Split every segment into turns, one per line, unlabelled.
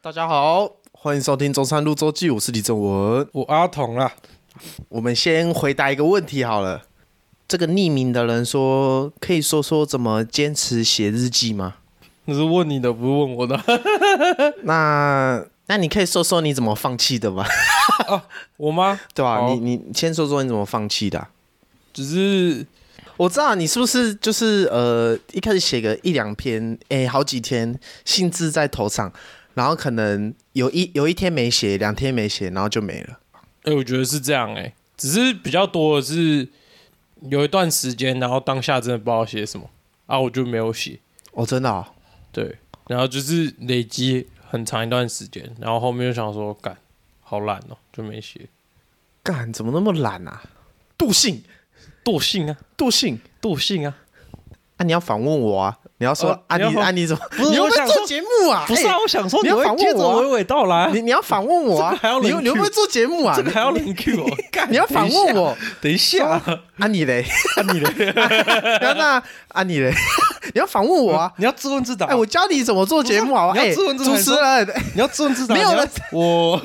大家好，
欢迎收听中山路周记，我是李正文。
我阿童啊啦。
我们先回答一个问题好了。这个匿名的人说，可以说说怎么坚持写日记吗？
那是问你的，不是问我的。
那那你可以说说你怎么放弃的吧？
我吗？
对吧、
好
你你先说说你怎么放弃的啊、
只是
我知道你是不是就是呃一开始写个一两篇，哎，好几天兴致在头上，然后可能有一有一天没写，两天没写，然后就没了。
哎、我觉得是这样哎、只是比较多的是有一段时间，然后当下真的不知道写什么啊，我就没有写。
哦，真的、哦，
对，然后就是累积很长一段时间，然后后面就想说，干，好懒哦、就没写。
干怎么那么懒啊？惰性，
惰性啊，
惰性。
惰性啊，
啊，你要反问我啊！你要说、
呃
啊
你要
你
反
啊你 怎么？
是
你又
我
在
想
做
说
节目啊？
不是啊，我想说
你
会
要反问
接着
我啊
娓娓道来啊、
哎你你要反问我啊
这个还要？
你又
冷
你会不会做节目啊？
这个还要零 Q 哦，干
你要反问我
等一 下啊，
啊你 嘞？
啊你的，
然后那啊你嘞？ 你要反问我啊？
你要自问自答。
哎，我教你怎么做节目好吧？
不是啊你
哎，
呃要自问
主持人，哎
自答你要自问自答，
没有
你要
人
我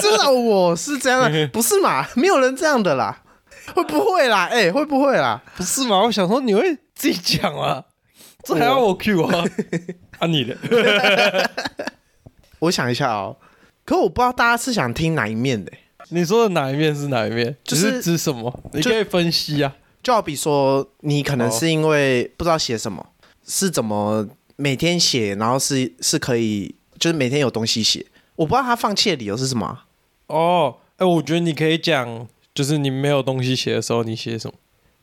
至少我是这
嗯
样的，不是嘛？没有人这样的啦，会不会啦？哎，会不会啦？
不是嘛？我想说你会自己讲 啊，这还要我 Q 啊？ 啊你的，
我想一下哦，可我不知道大家是想听哪一面的。
你说的哪一面是哪一面？
就
就是是指什么？你
就
可以分析啊。
就好比说，你可能
哦
是因为不知道写什么，是怎么每天写，然后是是可以，就是每天有东西写。我不知道他放弃的理由是什么啊、
哦，哎，我觉得你可以讲，就是你没有东西写的时候，你写什么？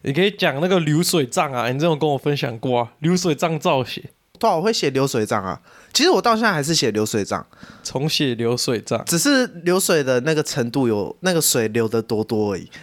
你可以讲那个流水账啊，你这种跟我分享过啊，流水账照写，
对、啊，我会写流水账啊。其实我到现在还是写流水账，
重写流水账。
只是流水的那个程度有那个水流的多多而已。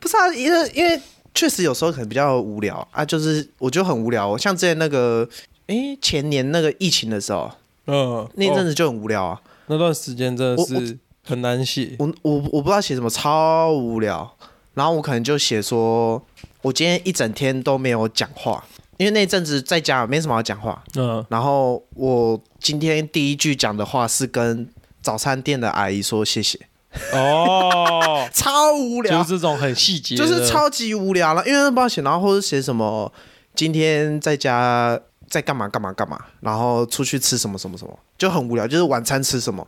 不是啊，因为因为确实有时候可能比较无聊啊，就是我觉得很无聊、哦。像之前那个，诶，前年那个疫情的时候，
嗯，
那阵
哦
子就很无聊啊。
那段时间真的
我
是很难写。
我我我不知道写什么，超无聊。然后我可能就写说，我今天一整天都没有讲话，因为那阵子在家没什么好讲话。
嗯，
然后我今天第一句讲的话是跟早餐店的阿姨说谢谢，，
哦
超无
就
聊
是，这种很细节，
就是。超级无聊了。因为不知道写，然后或者写什么，今天在家在干嘛干嘛干嘛，然后出去吃什么什么什么，就很无聊。就是晚餐吃什么，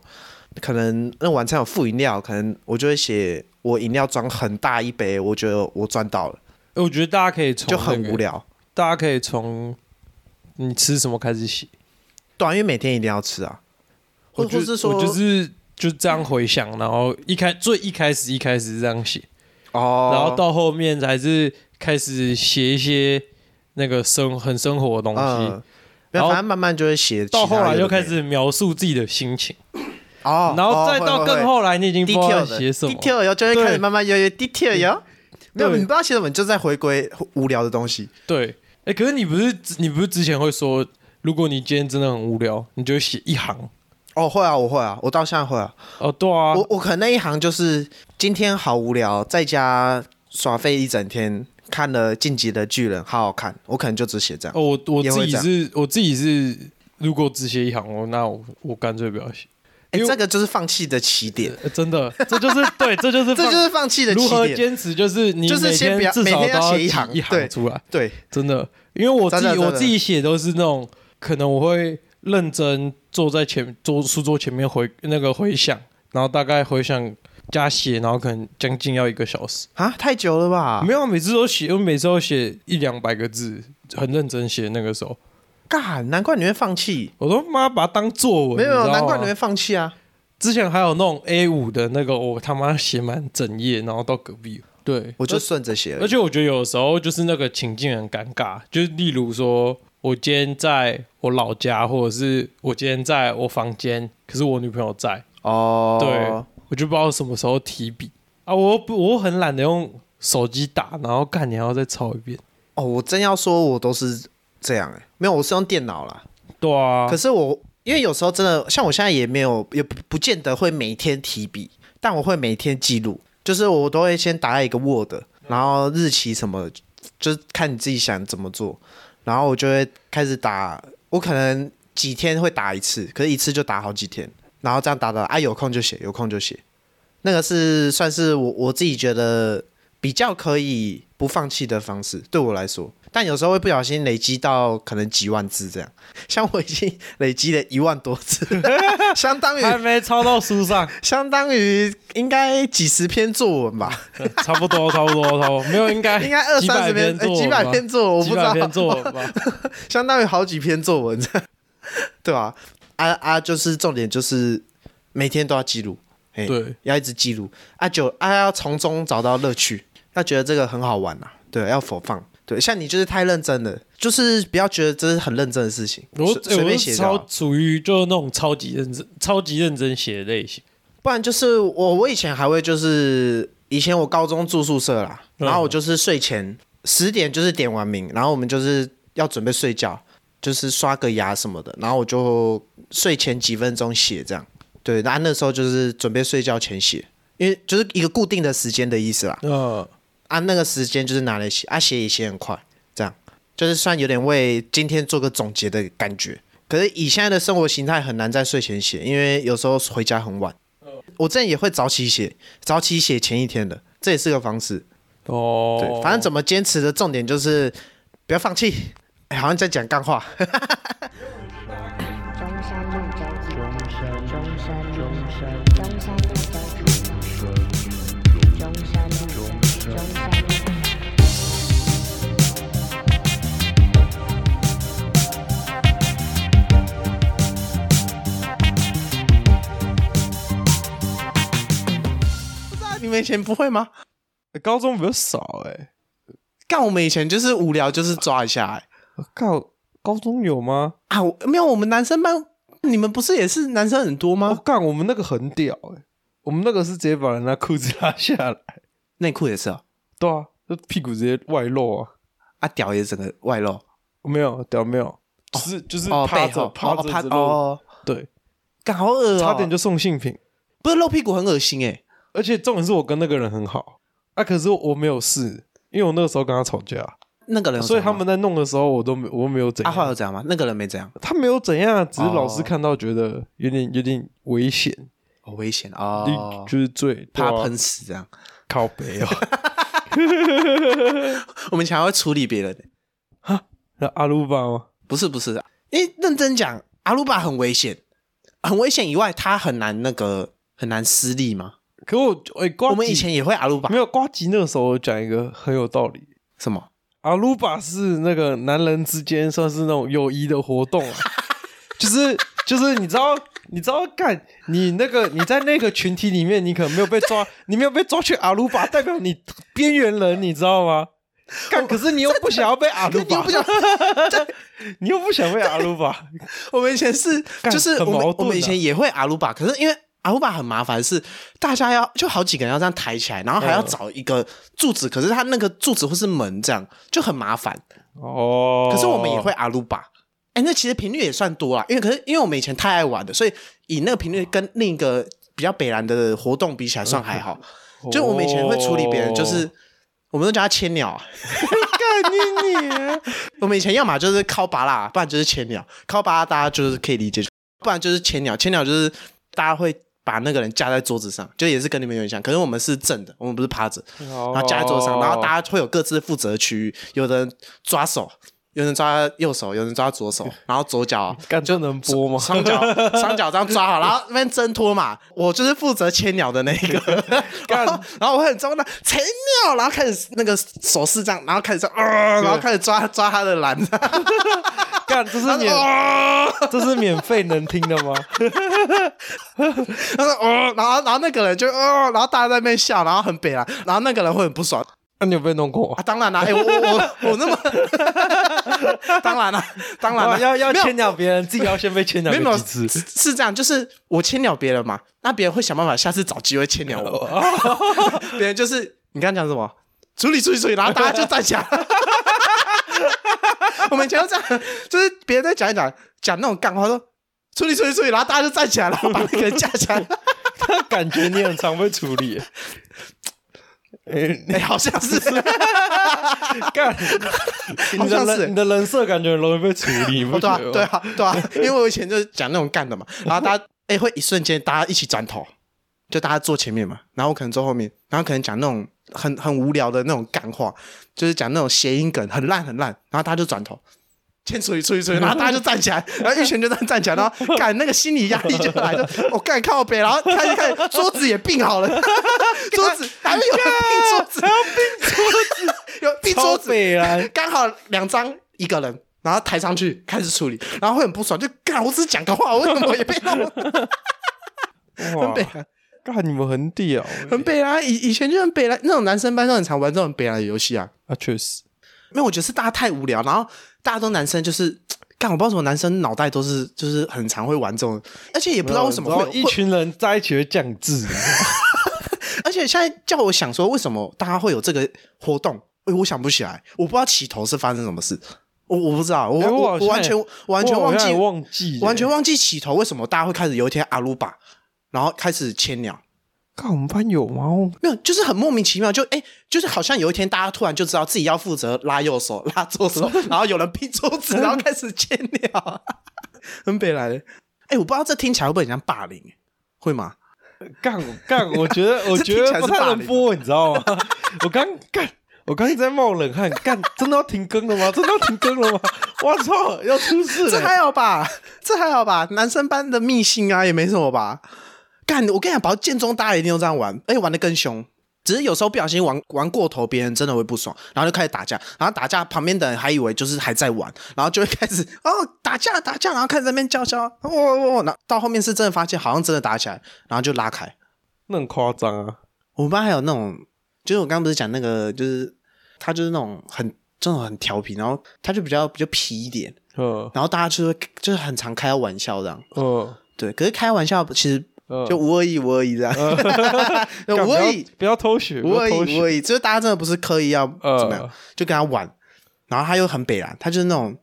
可能那晚餐有副饮料，可能我就会写我饮料装很大一杯，我觉得我赚到了，
欸我觉得大家可以从、
就很无，聊。
大家可以从你吃什么开始写。
对啊、因为每天一定要吃啊，或
我就
或是说
我就是就这样回想，然后一开最一开始一开始是这样写，
哦，
然后到后面才是开始写一些那个生很生活的东西，
嗯，没有
然后
反正慢慢就会写其他
到
有的没
后
的，
来就开始描述自己的心情，
哦，
然后再
哦
到
会会
更
会
后来，你已经不知
detail
道
的
写什么。
detail 哟，就会开始
对
慢慢越来越 detail 哟。没有，
对
你不知道写什么，你就在回归无聊的东西。
对，哎、可是你不是你不是之前会说，如果你今天真的很无聊，你就会写一行。
哦，会啊，我会啊，我到现在会啊。
哦，对啊，
我我可能那一行就是今天好无聊，在家耍废一整天，看了《进击的巨人》，好好看。我可能就只写这样。
哦，我我
也会
自己是，我自己是，如果只写一行，我那我我干脆不要写，
哎，
因为
这个就是放弃的起点，
呃真的，这就是对，这就是
这
放
就是放弃的
如
起
何
点。
坚持，就是你
就是
每
先不要
至少
每
都
天要写一
一
行
一
对
行出来，
对，
真的，因为我自
真的
己
真的
我自己写都是那种，可能我会认真坐在前桌书桌前面回那个回想，然后大概回想加写，然后可能将近要一个小时。
啊，太久了吧？
没有，啊每次都写，我每次都写一两百个字，很认真写。那个时候，
干，难怪你会放弃。
我都妈把它当作文，
没有，没
你
有
知道
难怪
吗
你会放弃啊。
之前还有那种 A 五的那个，我他妈写满整页，然后到隔壁。对，
我就顺着写
而
了
而。且我觉得有时候就是那个情境很尴尬，就是例如说我今天在我老家，或者是我今天在我房间，可是我女朋友在，
哦，
对我就不知道什么时候提笔啊，我又不我又很懒得用手机打，然后干你还要再抄一遍。
哦，我真要说，我都是这样哎、没有，我是用电脑啦。
对啊，
可是我因为有时候真的，像我现在也没有，也不不见得会每天提笔，但我会每天记录，就是我都会先打在一个 Word，然后日期什么，就是看你自己想怎么做，然后我就会开始打，我可能几天会打一次，可是一次就打好几天，然后这样打打啊，有空就写，有空就写。那个是算是我我自己觉得比较可以不放弃的方式，对我来说。但有时候会不小心累积到可能几万字这样， 像我已经累积了一万多字， 相 当于
还没抄到 书上，
相当于应该几十篇作文吧，
差不多，差不多，差不多，没有应该
应该二
哎几
三
百
十篇
篇，
哎
作文
几百
吧
篇作文，我
几
不知
百
道，
篇作文吧。
相当于好几篇作文， 对吧、啊？啊就是重点就是每天都要记录，哎
对，
要一直记录啊就啊要从中找到乐趣，要觉得这个很好玩啊，对，要否放。对，像你就是太认真了，就是不要觉得这是很认真的事情，
我
随随
我
便
是
写就
超
好。
属于就那种超级认真、超级认真写的类型。
不然就是我我以前还会就是以前我高中住宿舍啦，
嗯
然后我就是睡前十点就是点完名，然后我们就是要准备睡觉，就是刷个牙什么的，然后我就睡前几分钟写这样。对，那那时候就是准备睡觉前写，因为就是一个固定的时间的意思啦。
嗯，
啊，那个时间就是拿来写，啊写也写很快，这样就是算有点为今天做个总结的感觉。可是以现在的生活形态很难在睡前写，因为有时候回家很晚。我之前也会早起写，早起写前一天的，这也是个方式。
哦，
对，反正怎么坚持的重点就是不要放弃。哎，好像在讲干话。
中山路交际，中山路，中山路交际，中山路，中山路。
你们以前不会吗？
哎高中比较少哎、
干，我们以前就是无聊就是抓一下、哎
我靠，呃高中有吗？
啊，我没有，我们男生班，你们不是也是男生很多
我
吗？
哦干、我们那个很屌哎、我们那个是直接把人家裤子拉下来，
内裤也是哦，
对啊，就屁股直接外露啊，
啊，屌也整个外露。
没有屌没有，就是就是
哦，
趴
背
着
后
趴着
哦趴着
之类的
哦，
对，
干好恶哦，
差点就送性品，
不是露屁股很恶心哎，
而且重点是我跟那个人很好啊，可是我没有事，因为我那个时候跟他吵架，
那个人有
所以
怎样
他
吗
们在弄的时候我都没我没有怎
阿
样，
浩有怎样吗？那个人没怎样，
他没有怎样，只是
哦
老师看到觉得有点有点危险，
好危险
就
哦，
就是最
怕
对啊
喷死这样。
靠北哦。
我们想要处理别人欸，
那阿鲁巴吗？
不是不是，因为认真讲，阿鲁巴很危险，很危险以外，他很难那个很难施力嘛。
可我哎、瓜
我们
吉
以前也会阿鲁巴
没，有瓜吉那个时候讲一个很有道理，
什么？
阿鲁巴是那个男人之间算是那种友谊的活动啊，就是就是你知道你知道干你那个你在那个群体里面，你可能没有被抓，你没有被抓去阿鲁巴，代表你边缘人，你知道吗？干，可是你又不想要被阿鲁
你又
巴
不，想，
你又不想被阿鲁巴，
我们以前是
干
就是
很
我
矛
们
盾啊
我们以前也会阿鲁巴，可是因为阿鲁巴很麻烦，是大家要就好几个人要这样抬起来，然后还要
嗯
找一个柱子，可是他那个柱子或是门这样就很麻烦。
哦，
可是我们也会阿鲁巴，哎、那其实频率也算多啦，因为可是因为我们以前太爱玩了，所以以那个频率跟另一个比较北兰的活动比起来算还好。
哦，
就我们以前会处理别人，就是我们都叫他千鸟啊。
干你你。
我们以前要么就是靠拔啦，不然就是千鸟。靠拔大家就是可以理解，不然就是千鸟。千鸟就是大家会把那个人架在桌子上，就也是跟你们有点像，可是我们是正的，我们不是趴着，
然
然后架在桌子上，然后
家
大家会有各自负责的区域，有的人抓手。有人抓右手，有人抓左手，然后左脚
干就能播吗？
双 脚双脚这样抓好，然后那边挣脱嘛。我就是负责牵鸟的那一个，
干
然后然后我很冲的牵鸟，然后开始那个手势这样，然后开始这样，呃、然后开始抓抓他的篮子，
干，这是免，哦这是免费能听的 吗？
他说哦，然后然后那个人就哦，然后大家在那边笑，然后很北啦，然后那个人会很不爽
那你有被弄过吗
啊，？当然啦，哎、我我我我那么， 当然啦，当然 啦，
要要
没有
牵鸟别人，自己要先被牵鸟
没有没有
几次。
是是这样，就是我牵鸟别人嘛，那别人会想办法下次找机会牵鸟我。 别人就是你刚刚讲什么？处理处理处理，然后大家就站起来。 我们以前都这样，就是别人在讲一讲讲那种干话，说处理处理处理，然后大家就站起 来，然后把那个人架起来。
感觉你很常被处理。 哎，
哎、好像 是，
干，你的
好像是
人你的人设感觉很容易被处理，你不
哦 对
觉
啊对啊
得吗？
对啊， 因为我以前就是讲那种干的嘛，然后 大家哎、会一瞬间大家一起转头，就大家坐前面嘛，然后我可能坐后面，然后可能讲那种很很无聊的那种干话，就是讲那种谐音梗，很烂很烂，然后大家就转头。先出去，出去，出去，然后大家就站 起来，然后玉泉就这样站起来，然后干那个心理压力就来 了。我干靠北，然后看一看桌子也并好了，桌子还没有人并桌子，还要并桌子， 有并桌
超
子，
北啦，
刚好两张一个人，然后抬上去开始处理，然后会很不爽，就干我只是讲个话，我为什么也被弄？
哇
很北蓝，
干你们很屌
很北蓝，以以前就很北蓝，那种男生班上很常玩这种北蓝的游戏啊。
啊，确实，
因为我觉得是大家太无聊，然后大家都男生就是。干，我不知道为什么男生脑袋都是就是很常会玩这种，而且也不知道为什么
然
会
呃后一
会
群人在一起会降智，
而且现在叫我想说，为什么大家会有这个活动？哎我想不起来，我不知道起头是发生什么事，我我不知道，我、
哎我
我
好像
我完
也
全完全
我好
忘
像
记
也忘记了，
完全忘记起头为什么大家会开始有一天阿鲁巴，然后开始牵鸟，
看我们班有吗？
没有，就是很莫名其妙，就哎、就是好像有一天大家突然就知道自己要负责拉右手、拉左手，然后有人拼桌子，然后开始牵鸟，很北来的。哎、我不知道这听起来会不会很像霸凌、会吗？
干干，我觉 得我
这
觉
听起来是
得不太
霸
能
凌
播，你知道吗？ 我刚干，我刚一直在冒冷汗，干，真的要停更了吗？真的要停更了吗？ 我操，要出事
这
了！
还好吧，这还好吧，男生班的密信啊，也没什么吧。干，我跟你讲，保剑中大家一定都这样玩，而且玩的更凶。只是有时候不小心玩玩过头，别人真的会不爽，然后就开始打架，然后打架旁边的人还以为就是还在玩，然后就会开始 哦打架打架，然后开始在那边叫嚣，哦哦，哦然后到后面是真的发现好像真的打起来，然后就拉开。
那很夸张啊！
我们班还有那种，就是我刚刚不是讲那个，就是他就是那种很这种很调皮，然后他就比较比较皮一点，
嗯
然后大家就会就是很常开玩笑这样，
嗯
对。可是开玩笑其实
嗯，
就无恶意无恶意这样， 就
呃干
无
不
恶
要
意
不要偷学，
无
不
恶
要
意
偷
无
学。
恶意，就是大家真的不是刻意要
呃
怎么样，就跟他玩。然后他又很北蓝，他就是那种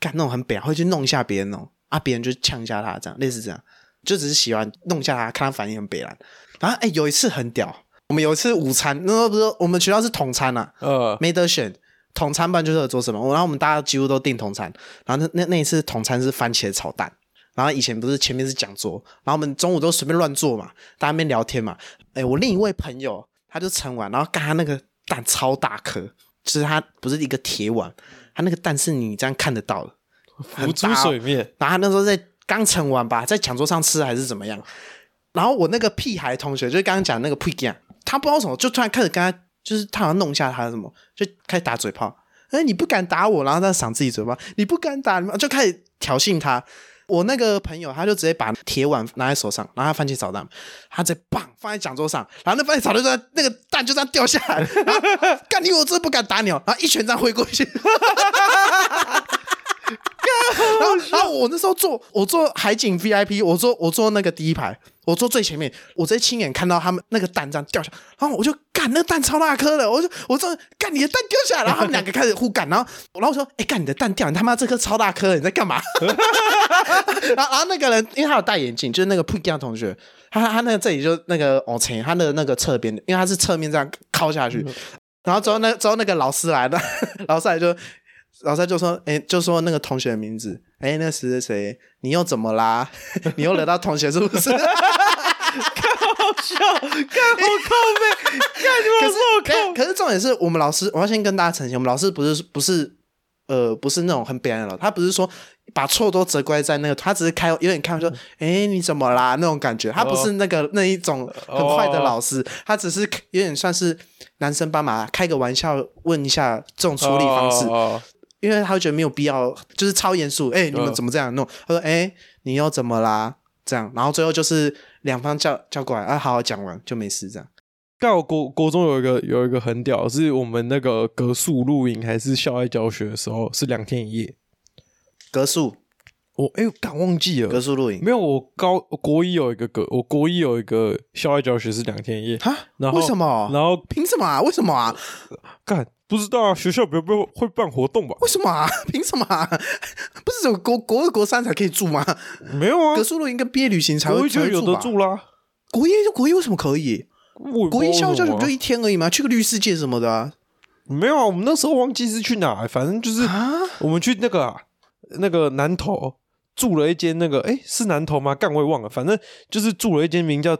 干那种很北蓝，会去弄一下别人哦，啊，别人就呛一下他这样，类似这样，就只是喜欢弄一下他，看他反应很北蓝。然后哎、有一次很屌，我们有一次午餐，那时候不是我们学校是统餐啊，
呃，
没得选，统餐班就是有做什么，我然后我们大家几乎都订统餐，然后那那那一次统餐是番茄炒蛋，然后以前不是前面是讲桌，然后我们中午都随便乱做嘛，大家在那边聊天嘛，哎，我另一位朋友他就盛完，然后干他那个蛋超大颗，就是他不是一个铁碗，他那个蛋是你这样看得到的，
浮
很
出
大哦
水面，
然后他那时候在刚盛完吧，在讲桌上吃还是怎么样。然后我那个屁孩同学，就是刚刚讲那个屁孩，他不知道为什么，就突然开始跟他，就是他好像弄一下他什么，就开始打嘴炮。哎，你不敢打我，然后他赏自己嘴巴，你不敢打，就开始挑衅他。我那个朋友，他就直接把铁碗拿在手上，然后他番茄炒蛋，他直接棒放在讲桌上，然后那番茄炒蛋就在那个蛋就这样掉下来，然后干你我真的不敢打你哦，然后一拳这样挥过去，然后然后我那时候坐我坐海景 VIP，我坐我坐那个第一排，我坐最前面，我直接亲眼看到他们那个蛋这样掉下来，然后我就干那个蛋超大颗的，我就我说干你的蛋掉下来，然后他们两个开始互干，然后然后我说哎、干你的蛋掉，你他妈这颗超大颗的，你在干嘛？ 然后然后那个人因为他有戴眼镜，就是那个不一样同学，他他那个这里就那个哦前他的那个侧边，因为他是侧面这样靠下去，然后之后那之后那个老师来了， 老师来就老师就说，哎、就说那个同学的名字，哎、那谁谁谁，你又怎么啦？ 你又惹到同学是不是？
干我靠背，干你
可
们
是
我
可是
靠！
可是重点是我们老师，我要先跟大家澄清，我们老师不是不是呃不是那种很北岸的老师，他不是说把错都责怪在那个，他只是开有点开玩笑，哎、你怎么啦那种感觉，他不是那个、那一种很坏的老师，他只是有点算是男生帮忙开个玩笑，问一下这种处理方式。
哦哦
因为他会觉得没有必要，就是超严肃。哎、你们
嗯
怎么这样弄？他说：“哎、你又怎么啦？”这样，然后最后就是两方叫叫过来，啊，好好讲完就没事这样。
干我国国中有一个有一个很屌，是我们那个格数露营还是校外教学的时候，是两天一夜。
格数
我哎，我干忘记
格
了，
数露营
没有。我高我国一有一个格，我国一有一个校外教学是两天一夜，
哈？
然后
为什么？
然后
凭什么啊？为什么啊？
干不知道啊，学校不会不会办活动吧？
为什么啊？ 凭什么啊？不是只有国国二国三才可以住吗？
没有啊
格，数露营跟毕业旅行才
国
会
一就
才会
有
住啊
的
吧？
住啦。
国一国一为什么可以？
我也不
国
知道
一
为
校
什
教学
么啊
不就一天而已吗？去个绿世界什么的啊？
没有啊，我们那时候忘记是去哪，反正就是我们去那个、啊、那个南头住了一间那个，哎，是南头吗？干我也忘了，反正就是住了一间名叫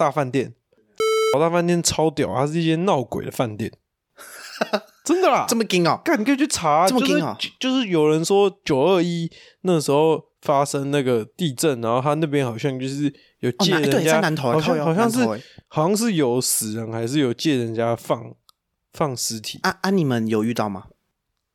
大饭店，大饭店超屌，它是一间闹鬼的 饭店，真的啦，
这么硬哦？
干你可以去查，
这么
就是
硬啊
就就是有人说九二一那时候发生那个地震，然后他那边好像就是有借
哦南对
人家，
在南投啊靠
好像
腰
好像是
南投欸
好像是有死人，还是有借人家放放尸体。
啊啊！你们有遇到吗？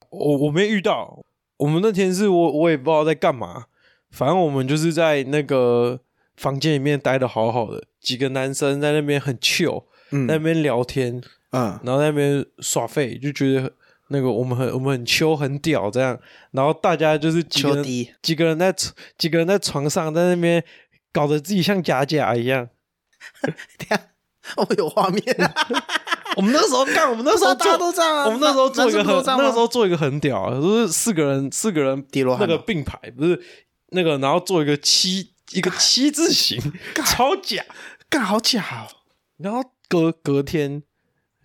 我我没遇到，我们那天是我我也不知道在干嘛，反正我们就是在那个房间里面待的好好的，几个男生在那边很 chill，
嗯
在那边聊天，
嗯，
然后在那边耍废，就觉得那个我们很我们很秋很屌这样，然后大家就是几个
秋
人
迪
几个人在床几个人在床上在那边搞得自己像假假一样。
等一下我有画面，
我们那时候啊干，我们那时候
不是啊大家
做
都这样啊
我们那时候做一个
男生不
很
都这样吗
那时候做一个很屌啊，就是四个人四个人
叠罗汉
那
吗
个并排不是那个，然后做一个七一个七字 形，超假。
干好假哦！
然后隔隔天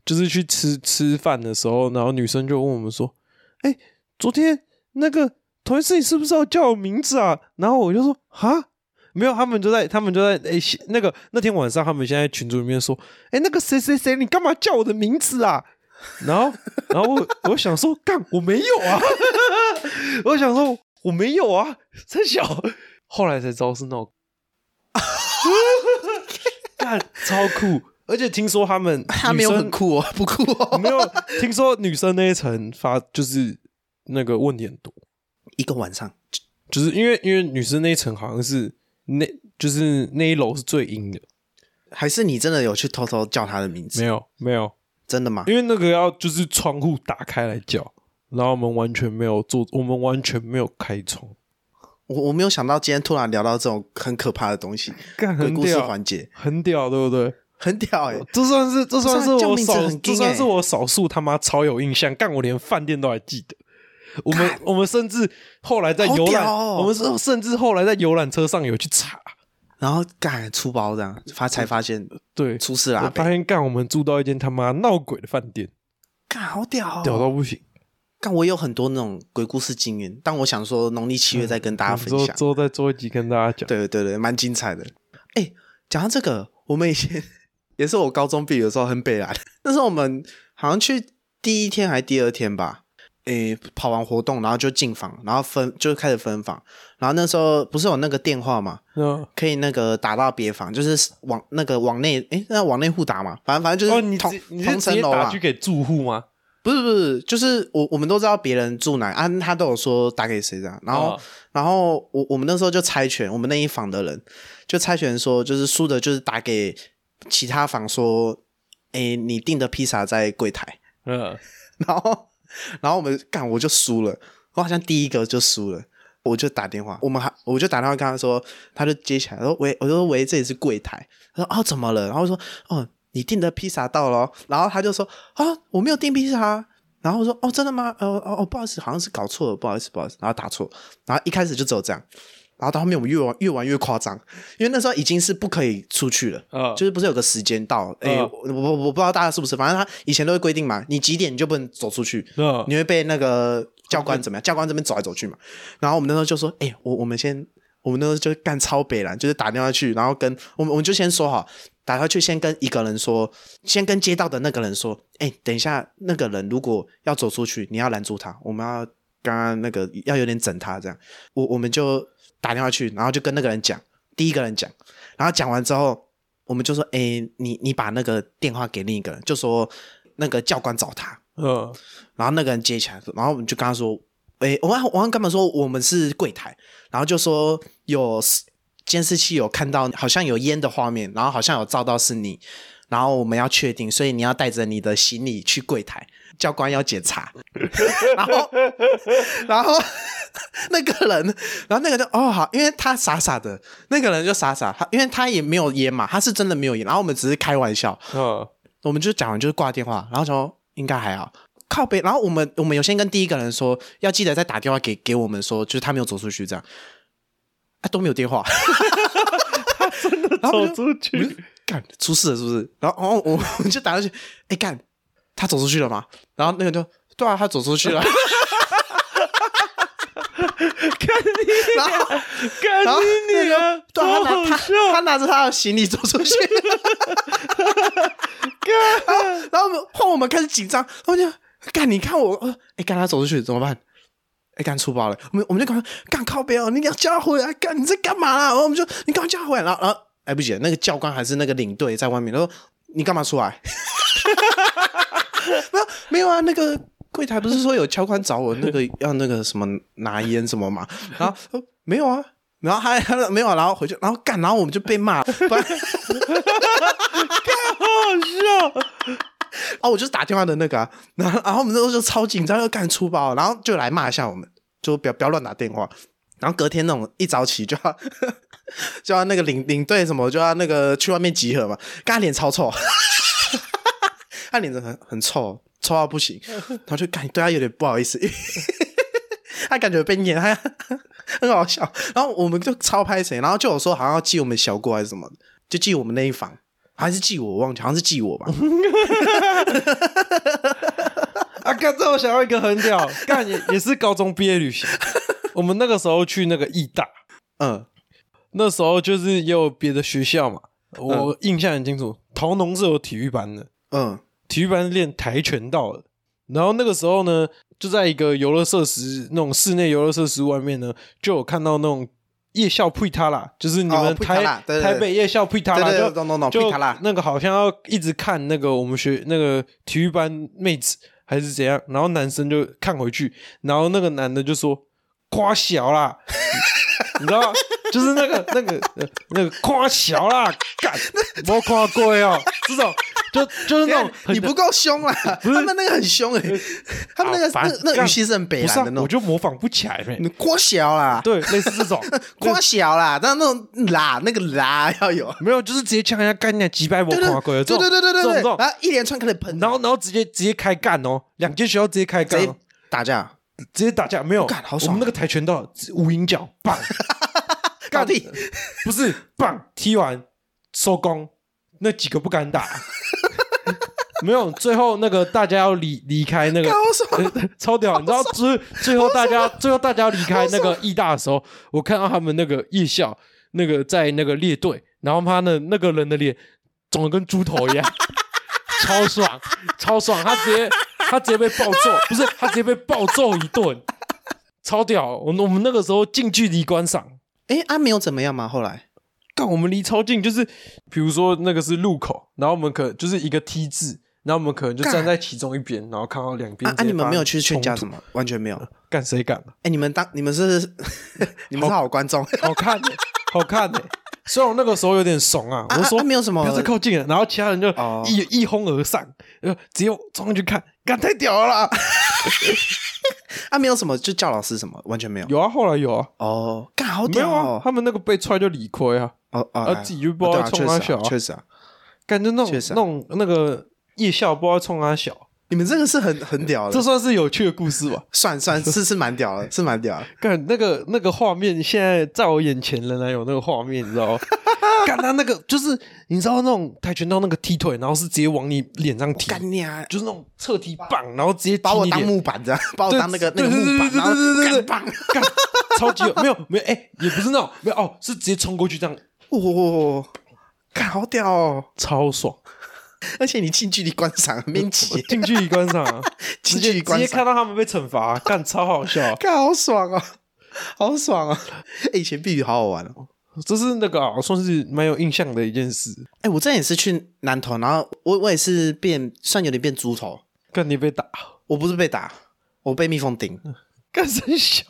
就是去吃吃饭的时候，然后女生就问我们说：“哎、昨天那个同学你是不是要叫我名字啊？”然后我就说：“啊，没有。”他们就在他们就在哎、现那个那天晚上，他们现在群组里面说：“哎、那个谁谁谁，你干嘛叫我的名字啊？”然后然后我我想说，干我没有啊， 我想说我没有啊，真小。后来才知道是那种 干超酷，而且听说他们
他没有
女生
很酷哦， 不酷哦，
没有听说女生那一层发就是那个问题很多，
一个晚上
就是因为因为女生那一层好像是那就是那一楼是最阴的，
还是你真的有去偷偷叫他的名字？
没有没有，
真的吗？
因为那个要就是窗户打开来叫，然后我们完全没有做，我们完全没有开窗，
我我没有想到今天突然聊到这种很可怕的东西，
干
鬼
很
故事
屌，
环节
很屌，对不对？
很屌 哎、
这算是这算是
不是啊
我
叫名字
少
很
这
硬
算
欸
是我少数他妈超有印象，干我连饭店都还记得。我们我们甚至后来在
好
游览，
屌哦
我们是甚至后来在游览车上有去查，
然后干出包这样，发才发现
对，
出事啊
我
啦，
发现干我们住到一间他妈闹鬼的饭店，
干好屌、哦，
屌到不行。
干我有很多那种鬼故事经验，但我想说农历七月再跟大家
我们之
分
后
享
之。后再做一集跟大家讲。
对对对，蛮精彩的。哎、讲到这个，我们以前 也是我高中毕业的时候很北来，那时候我们好像去第一天还第二天吧，哎、跑完活动然后就进房，然后分就开始分房，然后那时候不是有那个电话嘛，
嗯，
可以那个打到别房，就是往那个往内，哎、那往内互打嘛，反正反正就
哦，
是
你
同、
直你是
同
直
层
接
楼啊
打，去给住户吗？
不是不是，就是我我们都知道别人住哪啊，他都有说打给谁这样，然后、
哦
然后我我们那时候就猜拳，我们那一房的人就猜拳说，就是输的就是打给其他房说，诶，你订的披萨在柜台，
嗯，
然后然后我们干我就输了，我好像第一个就输了。我就打电话，我们还我就打电话跟他说，他就接起来，说喂，我就说喂，这里是柜台，他说哦怎么了？然后我说哦你订的披萨到了哦、然后他就说啊我没有订披萨、啊，然后我说哦真的吗？呃哦哦不好意思，好像是搞错了，不好意思不好意思，然后打错，然后一开始就只有这样，然后到后面我们越玩越玩越夸张，因为那时候已经是不可以出去了，
嗯
就是不是有个时间到，哎、
嗯
我我我不知道大家是不是，反正他以前都会规定嘛，你几点你就不能走出去，
嗯
你会被那个教官怎么样？教官这边走来走去嘛。然后我们那时候就说，哎、我我们先，我们那时候就干超北蓝，就是打电话去，然后跟我们我们就先说好，打电话去先跟一个人说，先跟街道的那个人说，哎、等一下那个人如果要走出去，你要拦住他，我们要刚刚那个要有点整他这样。我我们就打电话去，然后就跟那个人讲，第一个人讲，然后讲完之后。我们就说，哎、你你把那个电话给另一个人，就说那个教官找他，
嗯
然后那个人接起来，然后我们就跟他说：“诶，我忘我忘干嘛说我们是柜台，然后就说有 s- 监视器有看到好像有烟的画面，然后好像有照到是你，然后我们要确定，所以你要带着你的行李去柜台，教官要检查。 然后，然后那个人，然后那个就哦好，因为他傻傻的，那个人就傻傻，他因为他也没有烟嘛，他是真的没有烟，然后我们只是开玩笑，
嗯，
我们就讲完就是挂电话，然后想说应该还好。靠背，然后我们我们有先跟第一个人说，要记得再打电话给给我们说，就是他没有走出去这样，啊都没有电话，
真的
然后我就
走出
我就
去，
干出事了是不是？然后哦，我我就打上去，哎、干，他走出去了嘛？然后那个就对啊，他走出去了。 然后，
干
然后
你
那
你啊
个，对啊，
超
他拿
好
他
笑，
他拿着他的行李走出 去， 干，然后我们换我们开始紧张，然后就干，你看我，呃哎，干他走出去怎么办？哎，干出包了，我们我们就赶快干靠边哦，你给他叫他回来，干你在干嘛啦？然后我们就你赶快叫他回来，然后然后来不及了，那个教官还是那个领队在外面，他说你干嘛出来？那没有啊，那个柜台不是说有教官找我那个要那个什么拿烟什么嘛，然后呃没有啊。然后他他说没有啊，然后回去，然后干，然后我们就被骂，不 然
好好笑。
啊，我就是打电话的那个、啊，然后然后我们那时候就超紧张，又干粗暴，然后就来骂一下我们，就不要不要乱打电话。然后隔天那种一早起就要 就要那个领领队什么就要那个去外面集合嘛，干他脸超臭，他脸很很臭，臭到不 行，然后就感对他有点不好意思， 因为他感觉被撵，他 很好笑。然后我们就超拍谁，然后就有说好像要记我们小过还是什么的，就记我们那一房，还是记我，我忘记好像是记我吧。
嗯啊，干这我想要一个很屌，干也也是高中毕业 旅行，我们那个时候去那个义大，
嗯，
那时候就是也有别的学校嘛，我印象很清楚，桃农是有体育班的，
嗯
体育班是练跆拳道的。然后那个时候呢，就在一个游乐设施那种室内游乐设施外面呢，就有看到那种夜校配塔啦，就是你
哦
们
配
台、
塔啦对对对
台北夜校配塔啦，
对对
就
懂懂懂
就
配塔啦
那个好像要一直看那个我们学那个体育班妹子还是怎样，然后男生就看回去，然后那个男的就说夸小啦， 你知道吗？就是那个那个呃那个夸小啦，干，我夸过哦，这种就就是那种 很
你不够凶啦，他们那个很凶哎、
呃
他们那个
啊
那那个
干
语气是很北
不是
蓝
啊
的那
我
种，
就模仿不起来呗。
你郭小啦，
对，类似 这种，
郭小啦，但那种啦那个啦要有，
没有，就是直接呛人家干人家几百我
对对
夸过
对
这
对对对
种这种
对
这种
对，然后一连串开始喷，
然后然后直接直接开干哦，两间学校直接开
直
干哦、
接打架，
直接打架没有？
干好
我
爽啊
们那个跆拳道无影脚 棒，
搞定，
不是棒踢完收工，那几个不敢打。没有，最后那个大家要离离开那个
干好爽，
呃 超屌，你知道最最后大家最后大家离开那个义大的时候，我看到他们那个夜校那个在那个列队，然后他呢那个人的脸肿的跟猪头一样， 超爽超爽，他直接他直接被暴揍，不是他直接被暴揍一顿，超屌！我们我们那个时候近距离观赏，
哎，啊没有怎么样吗？后来
干我们离超近，就是比如说那个是路口，然后我们可就是一个 T 字。然后我们可能就
干
站在其中一边，然后看到两边
啊
直
啊你
接发生冲突。
们没有去劝架什么，完全没有，
干谁敢啊？
哎你们当你们是 你们是好观众，
好看呢、好看呢、虽然我那个时候有点怂啊，
啊
我说、
啊没有什么
不要再靠近了。然后其他人就一、
哦
一哄而散，呃，只有冲上去看，干太屌了 啦！
啊没有什么就叫老师什么，完全没有，
有啊，后来有啊，
哦，干好
没
屌
有啊，
哦，
他们那个被踹就理亏啊，
哦
啊
哦，哎
自己就不知道
对啊
冲
确
他
实啊
小啊
确实啊。
感觉那种
确实
那
啊
种那个夜校不知道冲他小，
你们这个是很很屌的，
这算是有趣的故事吧？
算算是是蛮屌的，是蛮屌的。
干那个那个画面，现在在我眼前仍然有那个画面，你知道吗？ 干他那个就是你知道那种跆拳道那个踢腿，然后是直接往你脸上踢，
干你啊！
就是那种侧踢棒，然后直接踢
把我
你
当
脸
木板这样，把我
对
当那个那个
对对
木
对
板，
对
然后
对对对对
干棒。
干，超级有没有没有哎、也不是那种没有哦，是直接冲过去这样，
哇，哦干好屌哦！
超爽，
而且你近距离观赏，很面积
近距离观赏、 啊，直
近
接
距离
直
观
接看
赏，
到他们被惩罚、啊干超好笑、
干好爽哦，好爽哦！哎，以前避雨好好玩哦。
这是那个啊，算是蛮有印象的一件事。
哎，我之前也是去南投，然后我我也是变算有点变猪头，
干你被打，
我不是被打，我被蜜蜂叮。
干真小，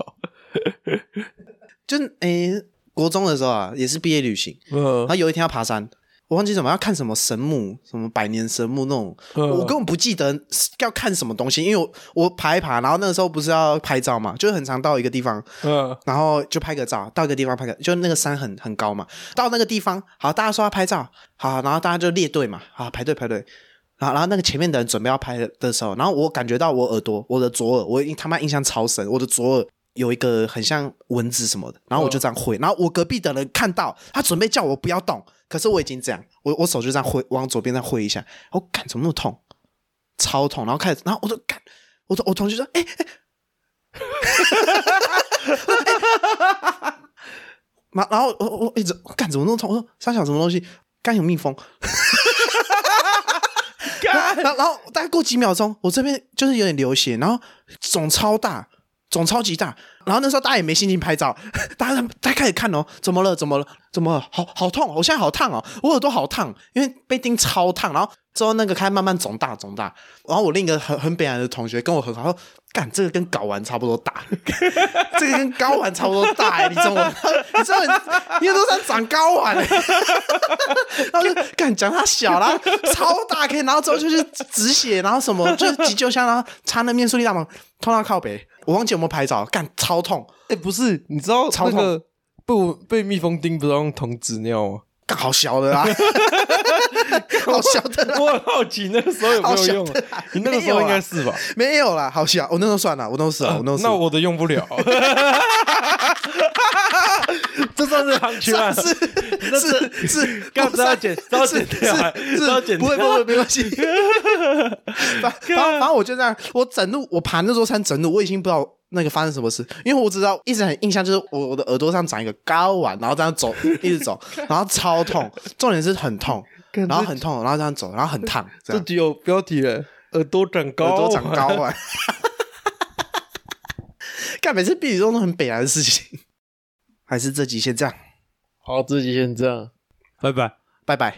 就哎，国中的时候啊，也是毕业旅行，
嗯
然后有一天要爬山，我忘记什么要看什么神木，什么百年神木那种，
嗯
我根本不记得要看什么东西，因为我我爬一爬，然后那个时候不是要拍照嘛，就是很常到一个地方，
嗯，
然后就拍个照，到一个地方拍个，就那个山很很高嘛，到那个地方，好，大家说要拍照，好，然后大家就列队嘛，啊，排队排队。然后，然后那个前面的人准备要拍的时候，然后我感觉到我耳朵，我的左耳，我印他妈印象超深，我的左耳有一个很像蚊子什么的，然后我就这样挥，然后我隔壁的人看到，他准备叫我不要动，可是我已经这样，我我手就这样挥，往左边再挥一下，我感怎么那么痛，超痛，然后开始，然后我就干，我我同学说，哎、哎，然、然后我我我一直干怎么那么痛，我说三小什么东西，干有蜜蜂，然后然后大概过几秒钟，我这边就是有点流血，然后肿超大，肿超级大。然后那时候大家也没心情拍照，大家大家开始看哦，怎么了？怎么了？怎么了？好好痛哦！我现在好烫哦，我耳朵好烫，因为被叮超烫。然后之后那个开始慢慢肿大，肿大。然后我另一个很很北南的同学跟我很好，他说干这个跟睾丸差不多大，这个跟睾丸差不多大哎、你懂我？ 你知道你你都在长睾丸、欸。 然后就敢讲他小啦，超大可以，然后之后就去止血，然后什么就是急救箱，然后插那面塑力大麻，痛到靠北。我忘记有没有拍照，干超痛，
哎、不是，你知道
超
那
痛
个被我被蜜蜂叮不是要用童子尿吗？
干好小的 啦，好小的 啦，
我很好奇那个时候有没
好
有
小
用
的啦
啊，你那个时
没有
候
啊
应该是吧？
没有啦，好小，我那时候算了，我那时候死了，我那时候死了
啊哦那我的用不了，这算是行情吗？
是是是是，
干
不
这要剪这要
是
剪掉哎
是
这要剪
是，不会不
掉
会没关 系。反反反正我就这样，我整路我爬那座山整路，我已经不知道那个发生什么事，因为我只知道一直很印象就是我我的耳朵上长一个睾丸，然后这样走一直走，然后超痛，重点是很痛，
干
然后很痛，然后这样走，然后很烫，这
这
样
集有标题了，耳朵长高，
耳朵长睾丸。 干每次避雨中都很北然的事情， 还是这集先这样，
好，这集先这样，拜拜。
拜拜。